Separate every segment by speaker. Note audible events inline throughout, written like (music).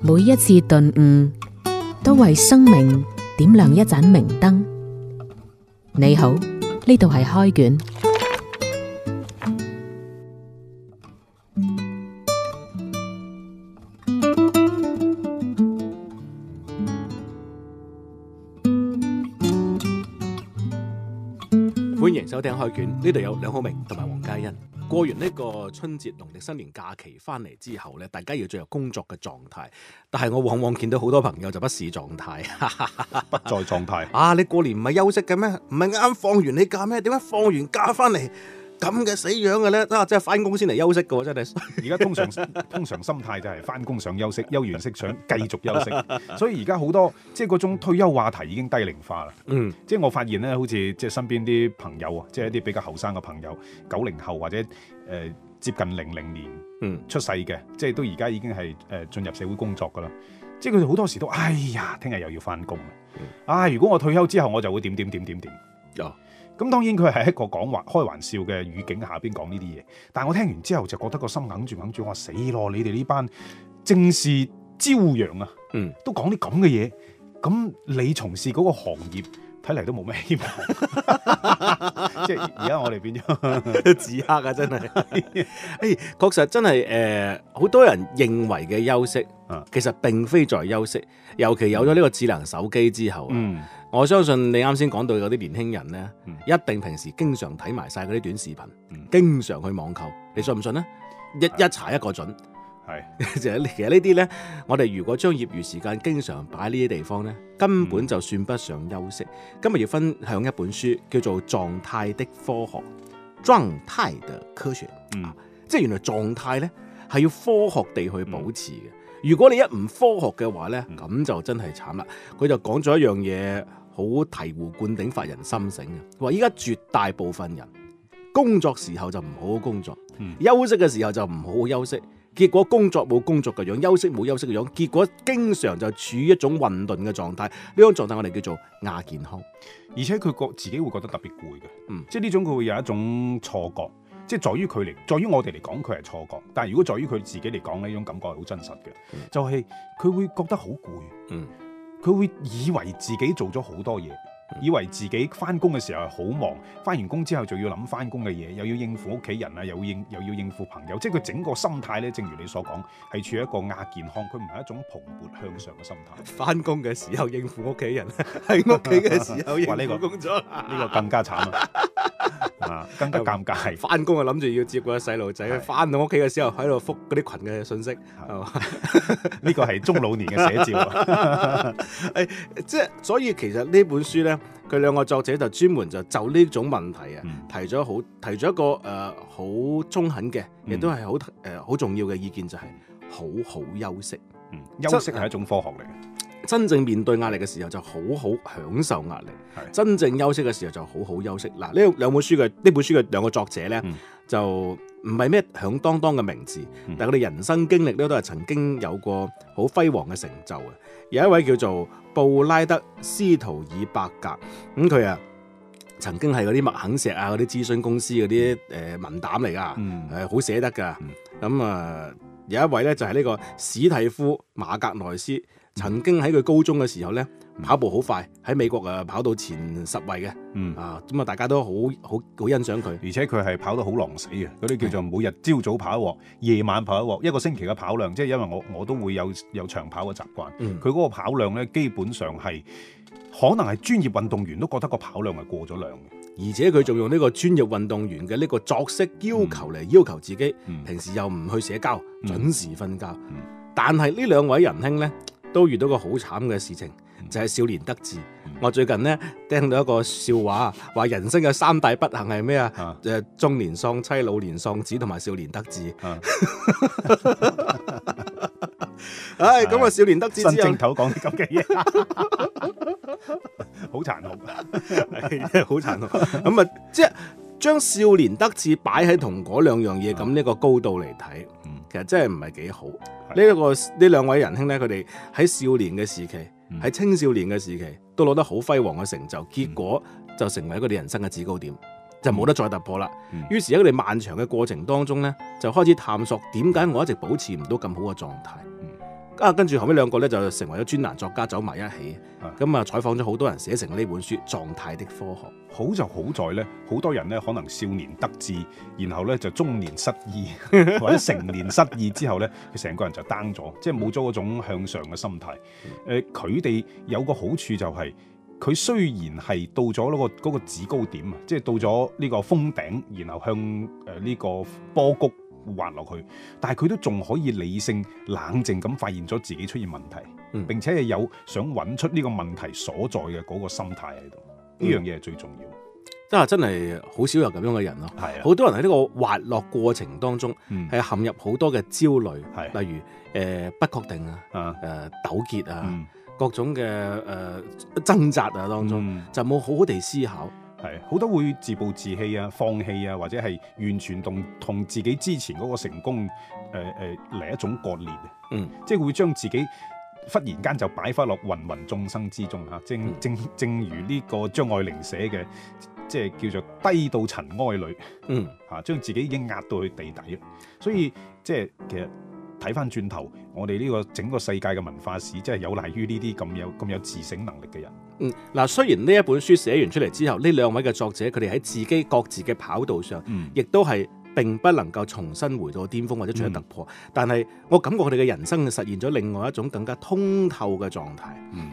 Speaker 1: 每一次頓悟，都為生命點亮一盞明燈。你好，呢度係開卷。
Speaker 2: 歡迎收聽開卷，呢度有梁浩明同埋黃嘉欣。過完呢個春節、農曆新年假期翻嚟之後咧，大家要進入工作嘅狀態，但係我往往見到好多朋友就不是狀態。。
Speaker 3: 不在狀態
Speaker 2: 啊，你過年唔係休息嘅咩？唔係啱放完你假咩？點解放完假翻嚟咁嘅死樣嘅咧？啊，真係翻工先嚟休息嘅喎，真係。
Speaker 3: 而家通常 (laughs) 通常心態就係翻工想休息，休完息想繼續休息。所以而家好多即係嗰種退休話題已經低齡化啦。
Speaker 2: (laughs) 嗯
Speaker 3: 即係我發現咧，好似即係身邊啲朋友啊，即係一啲比較後生嘅朋友，九零後或者誒、呃接近零零年
Speaker 2: 嗯，
Speaker 3: 出世嘅，即係都而家已經係誒進入社會工作噶啦。即係佢哋好多時都，哎呀，聽日又要翻工啦
Speaker 2: 嗯。
Speaker 3: 啊，如果我退休之後，我就會點點點點點。
Speaker 2: 哦，
Speaker 3: 咁當然佢係一個講話開玩笑嘅語境下邊講呢啲嘢，但係我聽完之後就覺得個心揞住揞住，我話死咯！你哋呢班正是朝陽啊，
Speaker 2: 嗯，
Speaker 3: 都講啲咁嘅嘢，咁你從事嗰個行業睇嚟都冇咩希望，即係而家我哋變咗
Speaker 2: 自黑啊，真係。 (laughs) 誒，確實真係誒，好、多人認為嘅休息
Speaker 3: 啊，
Speaker 2: 其實並非在休息，尤其有咗呢個智能手機之後啊。
Speaker 3: 嗯
Speaker 2: 我相信你啱先講到嗰啲年輕人呢，
Speaker 3: 嗯
Speaker 2: 一定平時經常睇埋晒嗰啲短視頻，
Speaker 3: 嗯
Speaker 2: 經常去網購，你信唔信呢？一一查一個準，
Speaker 3: 係
Speaker 2: 就係其實呢啲呢，我哋如果將業餘時間經常擺喺呢啲地方呢，根
Speaker 3: 嗯
Speaker 2: 本就算不上休息。今日要分享一本書，叫做《狀態的科學》，狀態的科學。啊
Speaker 3: 嗯
Speaker 2: 即係原來狀態呢係要科學地去保持嘅。如果你一唔科學嘅話呢，
Speaker 3: 嗯
Speaker 2: 咁就真係慘啦。佢就講咗一樣嘢，好醍醐灌頂，發人心醒嘅。話依家絕大部分人工作時候就唔好好工作，
Speaker 3: 嗯
Speaker 2: 休息嘅時候就唔好好休息。結果工作冇工作嘅樣，休息冇休息嘅樣，結果經常就處於一種混沌嘅狀態。呢種狀態我哋叫做亞健康。
Speaker 3: 而且佢覺自己會覺得特別攰嘅，
Speaker 2: 嗯
Speaker 3: 即係呢種佢會有一種錯覺，即係在於佢嚟，在於我哋嚟講佢係錯覺，但係如果在於佢自己嚟講呢種感覺係好真實嘅，
Speaker 2: 嗯
Speaker 3: 就係佢會覺得好攰，
Speaker 2: 嗯，
Speaker 3: 佢會以為自己做咗好多嘢，
Speaker 2: 嗯
Speaker 3: 以為自己翻工嘅時候係好忙，翻完工之後就要諗翻工嘅嘢，又要應付屋企人啊，又要應又要應付朋友，即係佢整個心態呢，正如你所講，係處於一個亞健康，佢唔係一種蓬勃向上嘅心
Speaker 2: (laughs)
Speaker 3: 態。
Speaker 2: 翻工嘅時候應付屋企 (laughs) 人，喺屋企嘅時候
Speaker 3: 哇呢
Speaker 2: 應
Speaker 3: 個
Speaker 2: 付工作。
Speaker 3: 呢個更加慘啊！啊，更加尷尬。
Speaker 2: 翻工啊，諗住要接個細路仔，
Speaker 3: 係
Speaker 2: 翻到屋企嘅時候喺度覆嗰啲群嘅信息，係嘛？ (laughs)
Speaker 3: 呢個係中老年嘅寫照啊！
Speaker 2: 即係所以其實呢本書呢，佢兩個作者就專門就就呢種問題啊，
Speaker 3: (laughs) 嗯
Speaker 2: 提咗好提咗一個誒好、中肯嘅，亦都係好誒好重要嘅意見，就係、好好休息。
Speaker 3: 嗯休息係一種科學嚟嘅，
Speaker 2: 真正面對壓力嘅時候，就好好享受壓力；
Speaker 3: 係
Speaker 2: 真正休息嘅時候，就好好休息。嗱，呢兩本書嘅呢本書嘅兩個作者呢，
Speaker 3: 嗯
Speaker 2: 就唔係咩響當當嘅名字，
Speaker 3: 嗯
Speaker 2: 但係佢哋人生經歷呢，都係曾經有過好輝煌嘅成就嘅。有一位叫做布拉德斯圖爾伯格，咁佢啊曾經係嗰啲麥肯錫啊嗰啲諮詢公司嗰啲誒文膽嚟㗎。
Speaker 3: 嗯，
Speaker 2: 誒好寫得㗎。
Speaker 3: 嗯
Speaker 2: 咁啊、有一位咧就係呢個史蒂夫馬格內斯，曾經喺佢高中嘅時候咧
Speaker 3: 嗯
Speaker 2: 跑步好快，喺美國啊跑到前十位嘅
Speaker 3: 嗯，
Speaker 2: 啊，咁啊大家都好好好欣賞佢。
Speaker 3: 而且佢係跑得好狼死嘅，嗰啲叫做每日朝早跑一鑊，夜晚跑一鑊，一個星期嘅跑量，即係因為我我都會有有長跑嘅習慣，
Speaker 2: 嗯
Speaker 3: 佢嗰個跑量呢，基本上係可能係專業運動員都覺得個跑量係過咗量嘅，
Speaker 2: 而且佢仲用呢個專業運動員嘅呢個作息要求嚟要求自己，
Speaker 3: 嗯
Speaker 2: 平時又唔去社交，
Speaker 3: 嗯
Speaker 2: 準時瞓覺。
Speaker 3: 嗯
Speaker 2: 但係呢兩位仁兄呢，都遇到個好慘嘅事情，
Speaker 3: 嗯
Speaker 2: 就係少年得志
Speaker 3: 嗯。
Speaker 2: 我最近呢，聽到一個笑話，話人生嘅三大不幸係咩啊？
Speaker 3: 啊
Speaker 2: 誒中年喪妻、老年喪子同埋少年得志。
Speaker 3: (laughs) 啊，
Speaker 2: 唉，咁啊，少年得志
Speaker 3: 新
Speaker 2: 之後
Speaker 3: 正，頭講啲咁 (laughs) 嘅嘢，好殘 (laughs) 酷啊，
Speaker 2: 係好殘酷。咁啊，即係將少年得志擺喺同嗰兩樣嘢咁呢個高度嚟睇
Speaker 3: 啊嗯，
Speaker 2: 其實真係唔係幾好。呢
Speaker 3: 係
Speaker 2: 一個呢兩位仁兄呢，佢哋喺少年嘅時期，
Speaker 3: 嗯
Speaker 2: 喺青少年嘅時期都攞得好輝煌嘅成就，結果就成為佢哋人生嘅至高點，就冇得再突破啦
Speaker 3: 嗯。
Speaker 2: 於是喺佢哋漫長嘅過程當中呢，就開始探索點解我一直保持唔到咁好嘅狀態
Speaker 3: 嗯。
Speaker 2: 啊，跟住後尾兩個咧就成為咗專欄作家，走埋一起
Speaker 3: 啊。
Speaker 2: 咁啊，採訪咗好多人，寫成呢本書《狀態的科學》。
Speaker 3: 好就好在咧，好多人咧可能少年得志，然後咧就中年失
Speaker 2: (laughs)
Speaker 3: 意，或者成年失意之後咧，佢成個人就 down 咗，即係冇咗嗰種向上嘅心態。誒、
Speaker 2: 嗯
Speaker 3: 佢哋有個好處就係、佢雖然係到咗嗰、個嗰、個至高點啊，即係到咗呢個峰頂，然後向誒呢個波谷滑落去，但係佢都仲可以理性冷靜咁發現咗自己出現問題，
Speaker 2: 嗯
Speaker 3: 並且係有想揾出呢個問題所在嘅嗰個心態喺度，呢樣嘢係最重要。
Speaker 2: 真係真係好少有咁樣嘅人咯。
Speaker 3: 係啊，
Speaker 2: 嗯好多人喺呢個滑落過程當中，
Speaker 3: 嗯
Speaker 2: 係陷入好多嘅焦慮，
Speaker 3: 係
Speaker 2: 例如誒、呃不確定啊、
Speaker 3: 啊，
Speaker 2: 誒、糾結啊、
Speaker 3: 嗯，
Speaker 2: 各種嘅誒、呃、掙扎啊當中，
Speaker 3: 嗯
Speaker 2: 就冇好好地思考。
Speaker 3: 係好多會自暴自棄啊、放棄啊，或者係完全同同自己之前嗰個成功誒誒嚟一種割裂啊，
Speaker 2: 嗯，
Speaker 3: 即係會將自己忽然間就擺翻落芸芸眾生之中嚇，正
Speaker 2: 嗯
Speaker 3: 正正如呢個張愛玲寫嘅，即係叫做低到塵埃裏。
Speaker 2: 嗯，
Speaker 3: 嚇、將自己已經壓到去地底啦。啊所以即係其實睇翻轉頭，我哋呢個整個世界嘅文化史，即係有賴於呢啲咁有咁有自省能力嘅人。
Speaker 2: 嗯，嗱，雖然呢一本書寫完出嚟之後，呢兩位嘅作者佢哋喺自己各自嘅跑道上，
Speaker 3: 嗯，
Speaker 2: 亦都係並不能夠重新回到巔峰或者取得突破，
Speaker 3: 嗯
Speaker 2: 但係我感覺佢哋嘅人生就實現咗另外一種更加通透嘅狀態。
Speaker 3: 嗯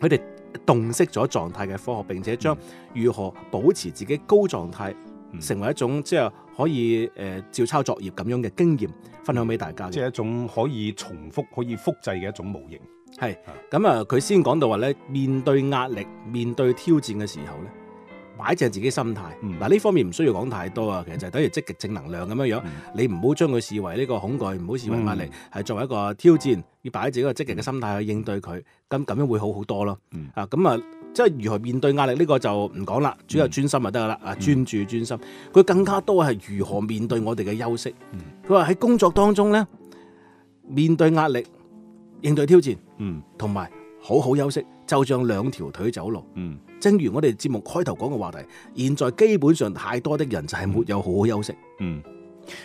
Speaker 2: 佢哋洞悉咗狀態嘅科學，並且將如何保持自己高狀態
Speaker 3: 嗯
Speaker 2: 成為一種即係可以誒、呃照抄作業咁樣嘅經驗，分享俾大家嘅
Speaker 3: 即。係一種可以重複、可以複製嘅一種模型。
Speaker 2: 咁啊，佢先講到話咧，面對壓力、面對挑戰嘅時候咧，擺正自己心態。嗱、
Speaker 3: 嗯
Speaker 2: 呢方面唔需要講太多啊，其實就係等於積極正能量咁樣樣。
Speaker 3: 嗯
Speaker 2: 你唔好將佢視為呢個恐懼，唔好視為壓力，係、作為一個挑戰，要擺自己一個積極嘅心態去應對佢。咁咁樣會好好多咯。
Speaker 3: 嗯
Speaker 2: 啊，咁啊，即係如何面對壓力呢、個就唔講啦，主要
Speaker 3: 嗯
Speaker 2: 係專心就得噶啦。啊，專注專心，佢更加多係如何面對我哋嘅休息
Speaker 3: 嗯。
Speaker 2: 佢話喺工作當中咧，面對壓力、應對挑戰。
Speaker 3: 嗯
Speaker 2: 同埋好好休息，就像兩條腿走路。
Speaker 3: 嗯，
Speaker 2: 正如我哋節目開頭講嘅話題，現在基本上太多的人就係沒有好好休息。
Speaker 3: 嗯，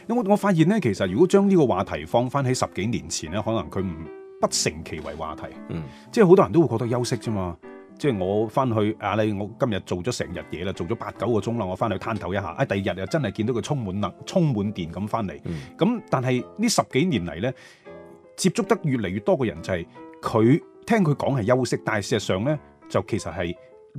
Speaker 3: 我我發現咧，其實如果將呢個話題放翻喺十幾年前咧，可能佢唔不成其為話題。
Speaker 2: 嗯，
Speaker 3: 即係好多人都會覺得休息啫嘛。即係我翻去啊，你我今日做咗成日嘢啦，做咗八九個鐘啦，我翻去攤頭一下。啊，第二日又真係見到佢充滿能、充滿電咁翻嚟。
Speaker 2: 嗯
Speaker 3: 咁、但係呢十幾年嚟呢，接觸得越嚟越多嘅人就係、佢聽佢講係休息，但係事實上呢，就其實係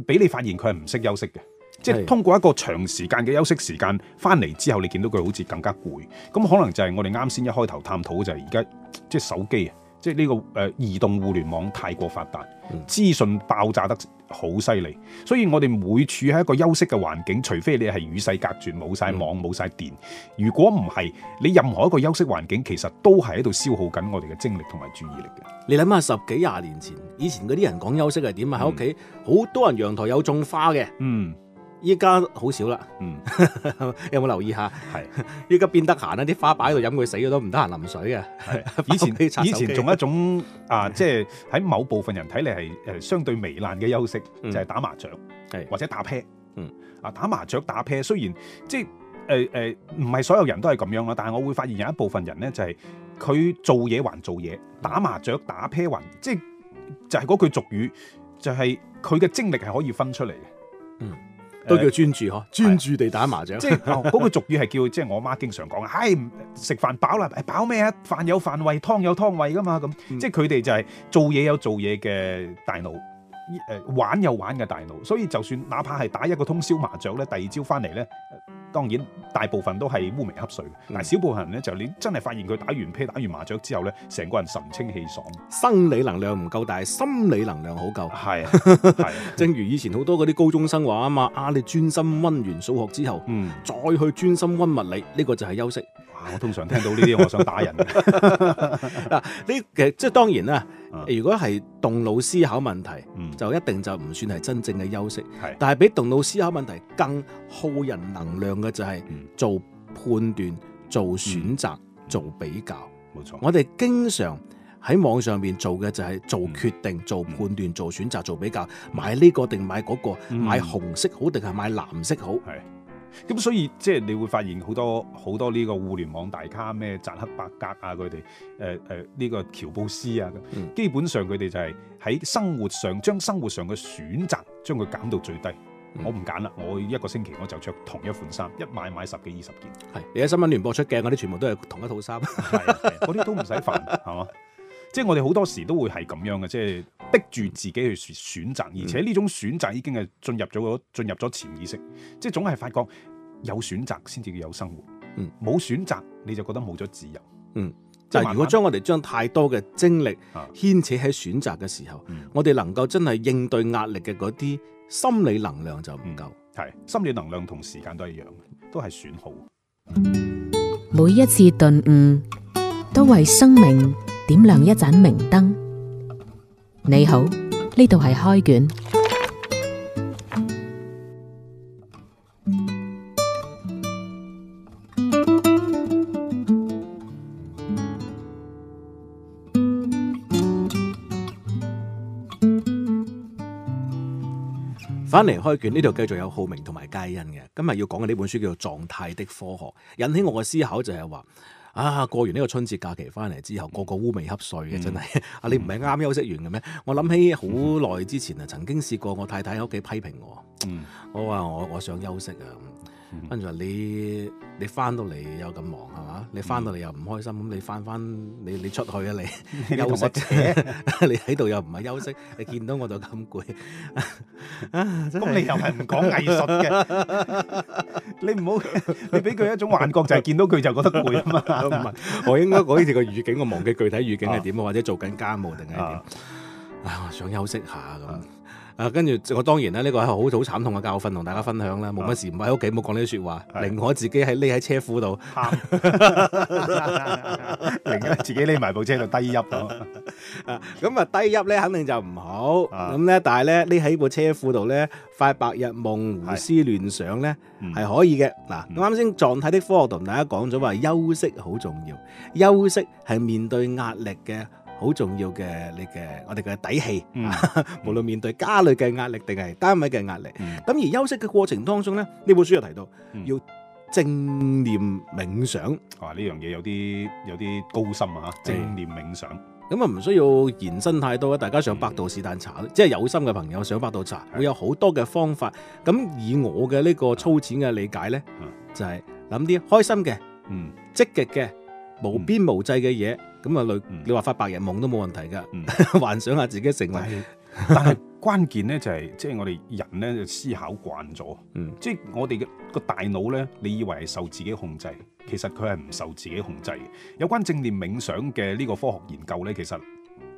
Speaker 3: 俾你發現佢係唔識休息嘅。即係
Speaker 2: 係
Speaker 3: 通過一個長時間嘅休息時間翻嚟之後，你見到佢好似更加攰。咁可能就係我哋啱先一開頭探討嘅就係而家即係手機啊，即係呢、個誒、呃移動互聯網太過發達
Speaker 2: 嗯，
Speaker 3: 資訊爆炸得好犀利，所以我哋每處喺一個休息嘅環境，除非你係與世隔絕，冇晒網冇晒電。如果唔係，你任何一個休息環境其實都係喺度消耗緊我哋嘅精力同埋注意力嘅。
Speaker 2: 你諗下十幾廿年前，以前嗰啲人講休息係點啊？喺屋企好多人陽台有種花嘅，
Speaker 3: 嗯
Speaker 2: 依家好少啦。 (laughs)
Speaker 3: 嗯，
Speaker 2: 有冇留意下？
Speaker 3: 係。
Speaker 2: (laughs) 依家邊得閒咧，啊啲花擺喺度飲佢死咗都唔得閒淋水嘅。
Speaker 3: 以 (laughs) 前
Speaker 2: 包機刷手
Speaker 3: 以
Speaker 2: 機
Speaker 3: 前仲有一種 (laughs) 啊，即係喺某部分人睇嚟係誒呃相對糜爛嘅休息，
Speaker 2: 嗯
Speaker 3: 就係打麻雀，
Speaker 2: 係
Speaker 3: 或者打 pair。
Speaker 2: 嗯，
Speaker 3: 啊打麻雀打 pair，雖然即係誒誒，唔係所有人都係咁樣啦，但係我會發現有一部分人咧就係佢做嘢還做嘢，打麻雀打 pair 還即係就係嗰句俗語，就係佢嘅精力係可以分出嚟嘅。
Speaker 2: 嗯
Speaker 3: 誒，
Speaker 2: 都叫專注呵，專注地打麻雀。
Speaker 3: (laughs) 即係哦嗰個俗語係叫，即係我媽經常講啊，唉食飯飽啦，唉飽咩啊？飯有飯味，湯有湯味噶嘛咁，
Speaker 2: 嗯
Speaker 3: 即係佢哋就係做嘢有做嘢嘅大腦。誒玩有玩嘅大腦，所以就算哪怕係打一個通宵麻雀咧，第二朝翻嚟咧，當然大部分都係烏眉瞌睡，但係少部分人咧就你真係發現佢打完啤打完麻雀之後咧，成個人神清氣爽，
Speaker 2: 生理能量唔夠，但係心理能量好夠。
Speaker 3: 係啊係啊，
Speaker 2: 正如以前好多嗰啲高中生話啊嘛，啊你專心温完數學之後，
Speaker 3: 嗯，
Speaker 2: 再去專心温物理，呢、個就係休息。
Speaker 3: 哇我通常聽到呢啲，我想打人嘅，
Speaker 2: 呢嘅即係當然啦
Speaker 3: 啊，
Speaker 2: 如果係動腦思考問題，
Speaker 3: 嗯，
Speaker 2: 就一定就唔算係真正嘅休息。
Speaker 3: 係
Speaker 2: 但係比動腦思考問題更耗人能量嘅就係
Speaker 3: 嗯
Speaker 2: 做判斷、做選擇、做比較。
Speaker 3: 冇錯，
Speaker 2: 我哋經常喺網上面做嘅就係做決
Speaker 3: 嗯
Speaker 2: 定、做判斷、做選擇、做比較，買呢個定買嗰個，
Speaker 3: 嗯
Speaker 2: 買紅色好定係買藍色好。
Speaker 3: Thật ra, 咁所以即係你會發現好多好多呢個互聯網大咖咩扎克伯格啊，佢哋誒誒呢個喬布斯啊，
Speaker 2: 嗯
Speaker 3: 基本上佢哋就係喺生活上將生活上嘅選擇將佢減到最低。
Speaker 2: 嗯
Speaker 3: 我唔揀啦，我一個星期我就着同一款衫，一買買十幾二十件，
Speaker 2: 係你喺新聞聯播出鏡嗰啲，全部都係同一套衫。
Speaker 3: 係啊係啊嗰啲都唔使煩，係嘛？即係我哋好多時都會係咁樣嘅，即係逼住自己去選選擇，
Speaker 2: 嗯
Speaker 3: 而且呢種選擇已經係進入咗嗰進入咗潛意識，即係總係發覺有選擇先至叫有生活，
Speaker 2: 嗯，
Speaker 3: 冇選擇你就覺得冇咗自由，
Speaker 2: 嗯，
Speaker 3: 即
Speaker 2: 就
Speaker 3: 係
Speaker 2: 係
Speaker 3: 慢
Speaker 2: 如果
Speaker 3: 慢
Speaker 2: 將我哋將太多嘅精力
Speaker 3: 啊
Speaker 2: 牽扯喺選擇嘅時候，
Speaker 3: 嗯
Speaker 2: 我哋能夠真係應對壓力嘅嗰啲心理能量就唔夠。
Speaker 3: 係心理能量同時間都係一樣嘅，都係損耗。
Speaker 1: 每一次頓悟，都為生命點亮一盞明燈。你好，呢度係開卷。
Speaker 3: 嗯
Speaker 2: 翻嚟開卷呢度繼續有浩明同埋佳欣嘅，今日要講嘅呢本書叫做《狀態的科學》，引起我嘅思考就係話。啊！過完呢個春節假期翻嚟之後，個個烏眉瞌睡
Speaker 3: 嗯
Speaker 2: 嘅，真係 (laughs) 啊！你唔係啱休息完嘅咩？我諗起好耐之前啊，曾經試過我太太喺屋企批評我，
Speaker 3: 嗯，
Speaker 2: 我話我我想休息啊，跟住話你你翻到嚟又咁忙係嘛？你翻到嚟又唔開心，咁你翻翻你你出去啊嗯 (laughs) 你
Speaker 3: 你
Speaker 2: 休
Speaker 3: 同我
Speaker 2: 息，
Speaker 3: 扯
Speaker 2: 你喺度又唔係休息，你見到我就咁 (laughs) 攰啊！真係
Speaker 3: 咁你又係唔講藝術嘅，你唔好你俾佢一種幻覺，就係見到佢就覺得攰啊
Speaker 2: (laughs) 唔
Speaker 3: 嘛。
Speaker 2: 係，我應該嗰次個語境，我忘記具體語境係 (laughs) 點，或者做緊家務定係點。啊，
Speaker 3: 啊
Speaker 2: 哦我想休息下咁。啊，跟住我當然啦，呢個係好好慘痛嘅教訓，同大家分享啦。冇乜事，唔喺屋企冇講呢啲説話，
Speaker 3: 係
Speaker 2: 寧可自己喺匿喺車庫度。
Speaker 3: 喊， (laughs) 寧願自己匿埋部車度低泣咯。
Speaker 2: 啊咁啊低泣咧，肯定就唔好。
Speaker 3: 啊
Speaker 2: 咁咧，但係咧，匿喺部車庫度咧，發白日夢、胡
Speaker 3: 係
Speaker 2: 思亂想咧，
Speaker 3: 嗯
Speaker 2: 係可以嘅。嗱，
Speaker 3: 嗯
Speaker 2: 啱先狀態的科學同大家講咗話，休息好重要，休息係面對壓力嘅好重要嘅你嘅我哋嘅底氣，啊
Speaker 3: 嗯
Speaker 2: 無論面對家裏嘅壓力定係單位嘅壓力。
Speaker 3: 嗯
Speaker 2: 咁而休息嘅過程當中咧，呢本書又提到
Speaker 3: 嗯
Speaker 2: 要正念冥想。
Speaker 3: 哇！呢樣嘢有啲有啲高深啊，
Speaker 2: 係
Speaker 3: 正念冥想
Speaker 2: 咁啊，唔需要延伸太多啊！大家上百度是但查，即係有心嘅朋友上百度查，
Speaker 3: 係
Speaker 2: 會有好多嘅方法。咁以我嘅呢個粗淺嘅理解呢，
Speaker 3: 嗯
Speaker 2: 就係諗啲開心嘅、
Speaker 3: 嗯
Speaker 2: 積極嘅、無邊無際嘅嘢。咁啊，類
Speaker 3: 嗯
Speaker 2: 你話發白日夢都冇問題㗎，
Speaker 3: 嗯，
Speaker 2: 幻想下自己成
Speaker 3: 但
Speaker 2: 為
Speaker 3: 係 (laughs) 但係關鍵咧就係即係我哋人咧就思考慣咗，
Speaker 2: 嗯
Speaker 3: 即係我哋嘅個大腦咧，你以為係受自己控制，其實佢係唔受自己控制嘅。有關正念冥想嘅呢個科學研究咧，其實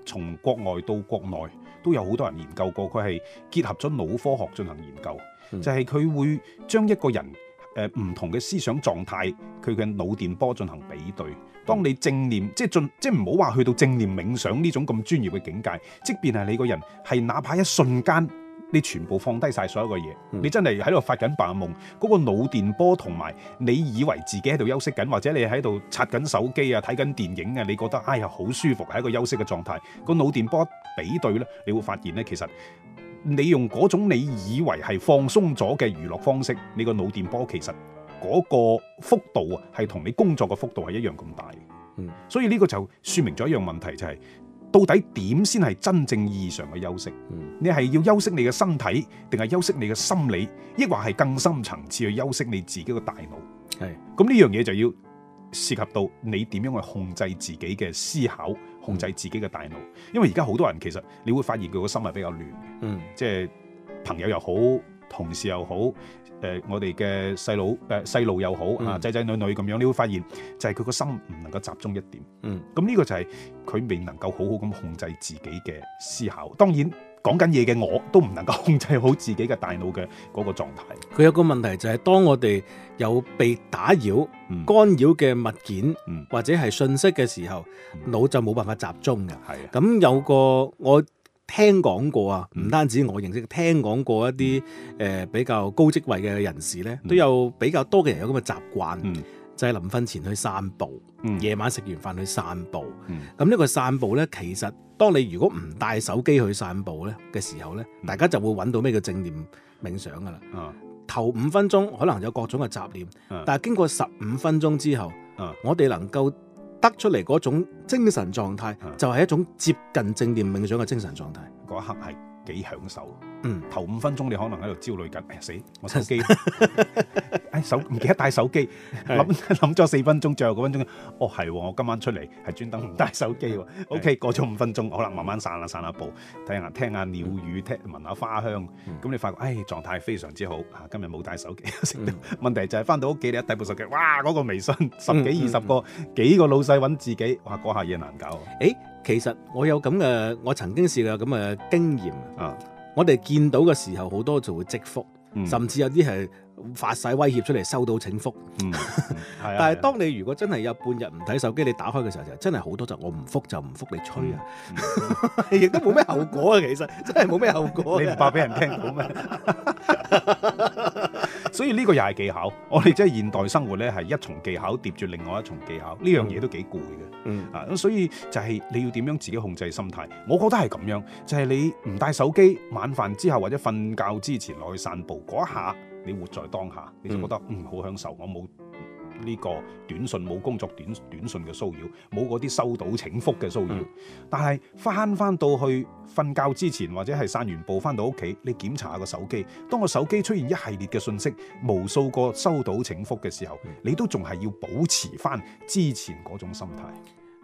Speaker 3: 從國外到國內都有好多人研究過，佢係結合咗腦科學進行研究，
Speaker 2: 嗯
Speaker 3: 就係佢會將一個人誒唔、同嘅思想狀態，佢嘅腦電波進行比對。當你正念即係進即係唔好話去到正念冥想呢種咁專業嘅境界，即便係你個人係哪怕一瞬間。你全部放低晒所有嘅嘢，
Speaker 2: 嗯
Speaker 3: 你真係喺度發緊白日夢，嗰、個腦電波同埋你以為自己喺度休息緊，或者你喺度刷緊手機啊、睇緊電影啊，你覺得哎呀好舒服，係一個休息嘅狀態。個腦電波比對呢，你會發現呢，其實你用嗰種你以為係放鬆咗嘅娛樂方式，你個腦電波其實嗰個幅度啊，係同你工作嘅幅度係一樣咁大嘅。
Speaker 2: 嗯
Speaker 3: 所以呢個就説明咗一樣問題，就係、到底點先係真正意義上嘅休息？
Speaker 2: 嗯
Speaker 3: 你係要休息你嘅身體，定係休息你嘅心理，抑或係更深層次去休息你自己嘅大腦？
Speaker 2: 係
Speaker 3: 咁呢樣嘢就要涉及到你點樣去控制自己嘅思考，控制自己嘅大腦。因為而家好多人其實你會發現佢個心係比較亂嘅，
Speaker 2: 嗯
Speaker 3: 即係朋友又好，同事又好，誒、我哋嘅細佬誒細路又好
Speaker 2: 嗯
Speaker 3: 啊，仔仔女女咁樣，你會發現就係佢個心唔能夠集中一點。
Speaker 2: 嗯
Speaker 3: 咁呢個就係佢未能夠好好咁控制自己嘅思考。當然講緊嘢嘅我都唔能夠控制好自己嘅大腦嘅嗰個狀態。
Speaker 2: 佢有個問題就係當我哋有被打擾、
Speaker 3: 嗯
Speaker 2: 干擾嘅物件
Speaker 3: 嗯
Speaker 2: 或者係信息嘅時候，
Speaker 3: 嗯
Speaker 2: 腦就冇辦法集中㗎。
Speaker 3: 係啊，
Speaker 2: 咁有個我聽講過啊，
Speaker 3: 嗯
Speaker 2: 唔單止我認識，聽講過一啲誒、呃比較高職位嘅人士咧，
Speaker 3: 嗯
Speaker 2: 都有比較多嘅人有咁嘅習慣，
Speaker 3: 嗯
Speaker 2: 就係臨瞓前去散步，
Speaker 3: 嗯
Speaker 2: 夜晚食完飯去散步。
Speaker 3: 嗯
Speaker 2: 咁呢個散步咧，其實當你如果唔帶手機去散步咧嘅時候咧，
Speaker 3: 嗯
Speaker 2: 大家就會揾到咩叫正念冥想噶啦。
Speaker 3: 啊
Speaker 2: 頭五分鐘可能有各種嘅雜念
Speaker 3: 嗯，
Speaker 2: 但係經過十五分鐘之後
Speaker 3: 嗯，
Speaker 2: 我哋能夠得出嚟嗰種精神狀態
Speaker 3: 嗯，
Speaker 2: 就係一種接近正念冥想嘅精神狀態。
Speaker 3: 嗰一刻係幾享受。
Speaker 2: 嗯，
Speaker 3: 頭五分鐘你可能喺度焦慮緊，哎呀死，
Speaker 2: (laughs)
Speaker 3: 我手機，哎手唔記得帶手機，
Speaker 2: 係
Speaker 3: 諗諗咗四分鐘，最後嗰分鐘，哦係喎，我今晚出嚟係專登唔帶手機喎。OK，過咗五分鐘，可能慢慢散下散下步，睇下聽下鳥語，聽聞下花香，咁、
Speaker 2: 嗯
Speaker 3: 你發覺，哎狀態非常之好，啊今日冇
Speaker 2: (laughs)
Speaker 3: 帶手機， (laughs) 食到問題就係翻到屋企你一帶部手機，哇嗰、個微信十幾二十個，幾個老細揾自己，哇嗰下嘢難搞
Speaker 2: 誒，其實我有咁嘅，我曾經試過有咁嘅經驗。
Speaker 3: 啊！
Speaker 2: 我哋見到嘅時候，好多就會積福，
Speaker 3: 嗯
Speaker 2: 甚至有啲係發晒威脅出嚟，收到請福。
Speaker 3: 嗯，嗯
Speaker 2: (laughs)
Speaker 3: 係啊
Speaker 2: 但
Speaker 3: 係
Speaker 2: 係
Speaker 3: 啊
Speaker 2: 當你如果真係有半日唔睇手機，你打開嘅時候就真係好多就我唔復就唔復，你吹啊，嗯 (laughs) 亦都冇咩後果啊，其實真係冇咩後果啊
Speaker 3: 嗯你
Speaker 2: 嘅
Speaker 3: 唔怕俾人聽到咩？
Speaker 2: (laughs)
Speaker 3: 所以呢個又係技巧，我哋即係現代生活咧係一重技巧疊住另外一重技巧，呢樣嘢都幾攰嘅
Speaker 2: 嗯
Speaker 3: 啊！咁所以就係你要點樣自己控制心態，我覺得係咁樣，就係、你唔帶手機，晚飯之後或者瞓覺之前落去散步嗰一下，你活在當下，你就覺得嗯好享受，我冇。呢個短信冇工作短短信嘅騷擾，冇嗰啲收到請福嘅騷擾，
Speaker 2: 嗯
Speaker 3: 但係翻翻到去瞓覺之前或者係散完步翻到屋企，你檢查下個手機，當個手機出現一系列嘅信息，無數個收到請福嘅時候
Speaker 2: 嗯，
Speaker 3: 你都仲係要保持翻之前嗰種心態。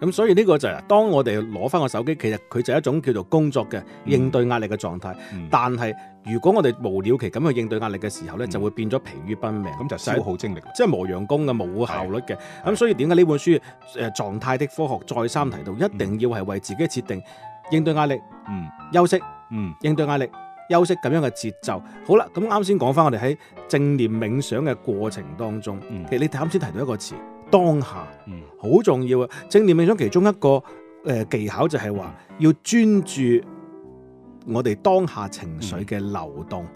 Speaker 2: 咁所以呢個就係、當我哋攞翻個手機，其實佢就係一種叫做工作嘅應對壓力嘅狀態。
Speaker 3: 嗯
Speaker 2: 但係如果我哋無了期咁去應對壓力嘅時候呢，
Speaker 3: 嗯
Speaker 2: 就會變咗疲於奔命，
Speaker 3: 咁就
Speaker 2: 係
Speaker 3: 消耗精力啦。
Speaker 2: 即係磨洋工嘅冇效率嘅。咁所以點解呢本書誒狀態的科學再三提到，一定要係為自己設定應對壓力、
Speaker 3: 嗯
Speaker 2: 休息、
Speaker 3: 嗯
Speaker 2: 應對壓力、休息咁樣嘅節奏。好啦，咁啱先講翻我哋喺正念冥想嘅過程當中，
Speaker 3: 嗯
Speaker 2: 其實你啱先提到一個詞當下
Speaker 3: 嗯
Speaker 2: 好重要啊！正念冥想其中一個誒、呃技巧就係話
Speaker 3: 嗯
Speaker 2: 要專注我哋當下情緒嘅流動。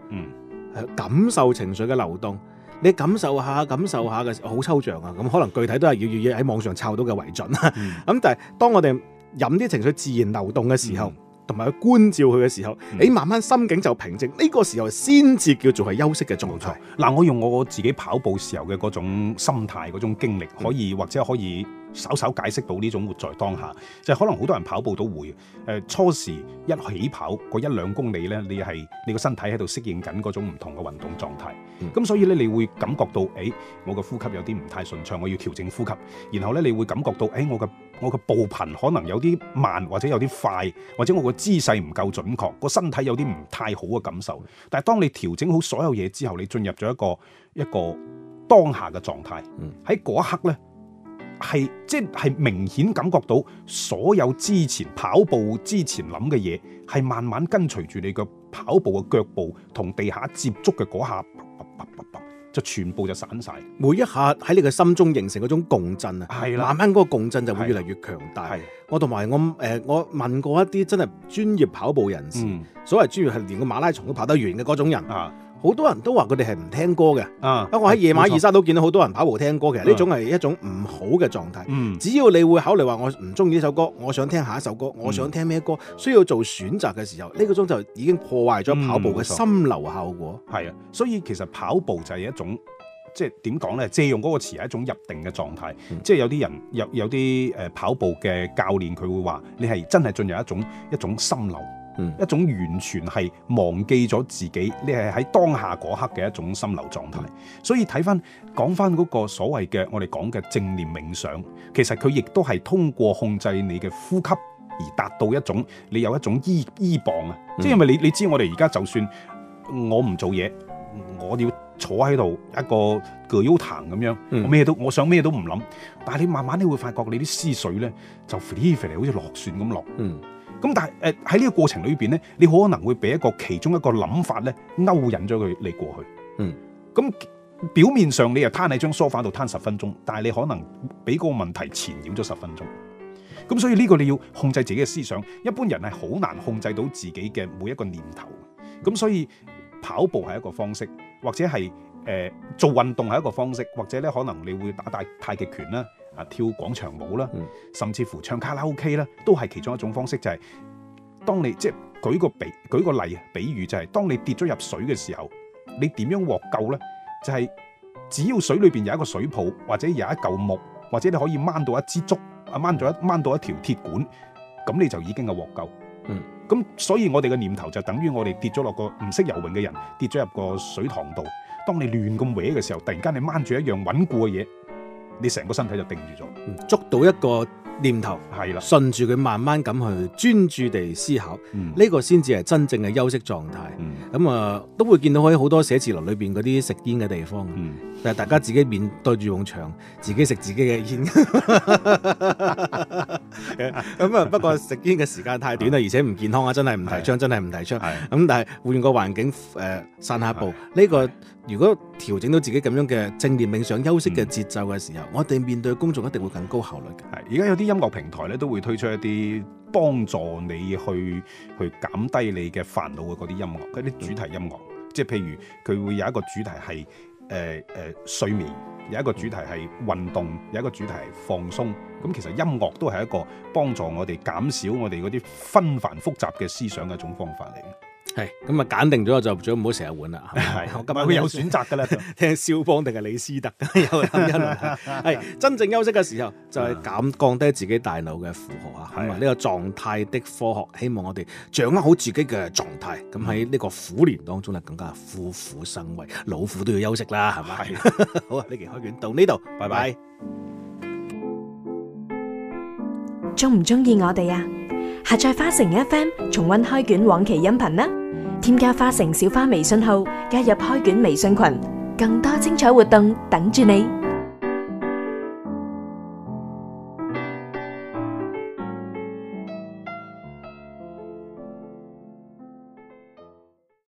Speaker 2: 呃
Speaker 3: 嗯，
Speaker 2: 感受情緒嘅流動。你感受下，感受下嘅時候好抽象啊！咁可能具體都係要要要喺網上抄到嘅為準啦。
Speaker 3: 嗯
Speaker 2: (laughs) 咁但係當我哋飲啲情緒自然流動嘅時候，同埋去觀照佢嘅時候，
Speaker 3: 嗯
Speaker 2: 你慢慢心境就平靜。呢、個時候先至叫做係休息嘅狀態。
Speaker 3: 嗱，我用我自己跑步時候嘅嗰種心態、嗰種經歷，可以
Speaker 2: 嗯
Speaker 3: 或者可以稍稍解釋到呢種活在當下。就係可能好多人跑步都會，誒、初時一起跑嗰一兩公里呢，你係你個身體喺度適應緊嗰種唔同嘅運動狀態。
Speaker 2: 嗯
Speaker 3: 咁、所以呢，你會感覺到，誒、我嘅呼吸有啲唔太順暢，我要調整呼吸。然後呢，你會感覺到，誒、我嘅我嘅步頻可能有啲慢，或者有啲快，或者我個姿勢唔夠準確，個身體有啲唔太好嘅感受。但係當你調整好所有嘢之後，你進入咗一個一個當下嘅狀態
Speaker 2: 嗯，
Speaker 3: 喺嗰、一刻呢，係即係明顯感覺到所有之前跑步之前諗嘅嘢，係慢慢跟隨住你個跑步嘅腳步同地下接觸嘅嗰下，啪啪啪啪啪就全部就散晒。
Speaker 2: 每一下喺你嘅心中形成嗰種共振啊，
Speaker 3: 係啦
Speaker 2: 慢慢嗰個共振就會越嚟越強大。我同埋我誒、呃我問過一啲真係專業跑步人士，
Speaker 3: 嗯
Speaker 2: 所謂專業係連個馬拉松都跑得完嘅嗰種人，
Speaker 3: 啊
Speaker 2: 好多人都話佢哋係唔聽歌嘅。
Speaker 3: 啊
Speaker 2: 啊！我喺夜晚二
Speaker 3: 冇錯
Speaker 2: 三都見到好多人跑步聽歌，其實呢
Speaker 3: 嗯
Speaker 2: 種係一種唔好嘅狀態。
Speaker 3: 嗯
Speaker 2: 只要你會考慮話我唔中意呢首歌，我想聽下一首歌，我想聽咩歌，需要做選擇嘅時候，呢個鐘就已經破壞咗跑步嘅
Speaker 3: 嗯嗯冇錯
Speaker 2: 心流效果。
Speaker 3: 係啊，所以其實跑步就係一種。即係點講呢？借用嗰個詞係一種入定嘅狀態，
Speaker 2: 嗯
Speaker 3: 即係有啲人有有啲誒跑步嘅教練佢會話：你係真係進入一種一種心流，
Speaker 2: 嗯
Speaker 3: 一種完全係忘記咗自己，你係喺當下嗰刻嘅一種心流狀
Speaker 2: 嗯
Speaker 3: 態。所以睇翻講翻嗰個所謂嘅我哋講嘅正念冥想，其實佢亦都係通過控制你嘅呼吸而達到一種你有一種依依傍啊，
Speaker 2: 嗯
Speaker 3: 即係因為你你知我哋而家就算我唔做嘢，我要坐喺度一個葛優躺咁樣，
Speaker 2: 嗯
Speaker 3: 我咩都我想咩都唔諗，但係你慢慢你會發覺你啲思緒咧就 free 好似落旋咁落。
Speaker 2: 嗯，
Speaker 3: 咁但係誒喺呢個過程裏邊咧，你好可能會俾一個其中一個諗法咧勾引咗佢你過去。
Speaker 2: 嗯。
Speaker 3: 咁表面上你又攤喺張梳化度攤十分鐘，但係你可能俾嗰個問題纏繞咗十分鐘。咁所以呢個你要控制自己嘅思想，一般人係好難控制到自己嘅每一個念頭。咁所以跑步係一個方式，或者係誒、呃做運動係一個方式，或者咧可能你會打大太極拳啦，啊跳廣場舞啦，
Speaker 2: 嗯
Speaker 3: 甚至乎唱卡拉 OK 啦，都係其中一種方式。就係、當你即係舉個比舉個例啊，比喻就係、當你跌咗入水嘅時候，你點樣獲救呢？就係、只要水裏邊有一個水泡，或者有一嚿木，或者你可以掹到一支竹，啊掹到一掹到一條鐵管，咁你就已經係獲救。
Speaker 2: 嗯，
Speaker 3: 咁所以我哋嘅念頭就等於我哋跌咗落個唔識游泳嘅人跌咗入個水塘度。當你亂咁搲嘅時候，突然間你掹住一樣穩固嘅嘢，你成個身體就定住咗。
Speaker 2: 嗯捉到一個念頭，
Speaker 3: 係啦，
Speaker 2: 順住佢慢慢咁去專注地思考，呢、
Speaker 3: 嗯，
Speaker 2: 個先至係真正嘅休息狀態。
Speaker 3: 嗯
Speaker 2: 咁啊，都會見到喺好多寫字樓裏邊嗰啲食煙嘅地方，
Speaker 3: 嗯。
Speaker 2: 但係大家自己面對住埲牆，自己食自己嘅煙。咁啊，不過食煙嘅時間太短啦，而且唔健康啊，真係唔提倡，真係唔提倡。
Speaker 3: 係
Speaker 2: 咁但係換個環境誒、呃散下步，呢個如果調整到自己咁樣嘅正念冥想休息嘅節奏嘅時候，我哋面對公眾一定會更高效率嘅。
Speaker 3: 係，而家有啲音樂平台咧都會推出一啲幫助你去去減低你嘅煩惱嘅嗰啲音樂，嗰啲主題音樂，
Speaker 2: 嗯
Speaker 3: 即係譬如佢會有一個主題係誒誒睡眠，有一個主題係運動，有一個主題係放鬆。咁其實音樂都係一個幫助我哋減少我哋嗰啲紛繁複雜嘅思想嘅一種方法嚟嘅。
Speaker 2: 係咁啊，揀定咗就最好唔好成日換啦。係
Speaker 3: (laughs)
Speaker 2: 咪
Speaker 3: 係，
Speaker 2: 我
Speaker 3: 咁
Speaker 2: 今
Speaker 3: 咪
Speaker 2: 晚
Speaker 3: 會有選擇㗎啦。就
Speaker 2: 聽肖邦定係李斯特 (laughs) 有諗一輪係，
Speaker 3: (laughs)
Speaker 2: 係真正休息嘅時候就係減降低自己大腦嘅負荷啊！咁
Speaker 3: 啊係
Speaker 2: 啊，呢個狀態的科學，希望我哋掌握好自己嘅狀態，
Speaker 3: 嗯
Speaker 2: 咁喺呢個苦年當中咧，更加虎虎生威，老虎都要休息啦，係咪？ (laughs) 好啊，呢期開卷到呢度，拜拜
Speaker 3: 拜拜。
Speaker 4: 中唔中意我哋啊？下載花城 FM 重温開卷往期音頻啦！添加花城小花微信號，加入開卷微信群，更多精彩活動等住你。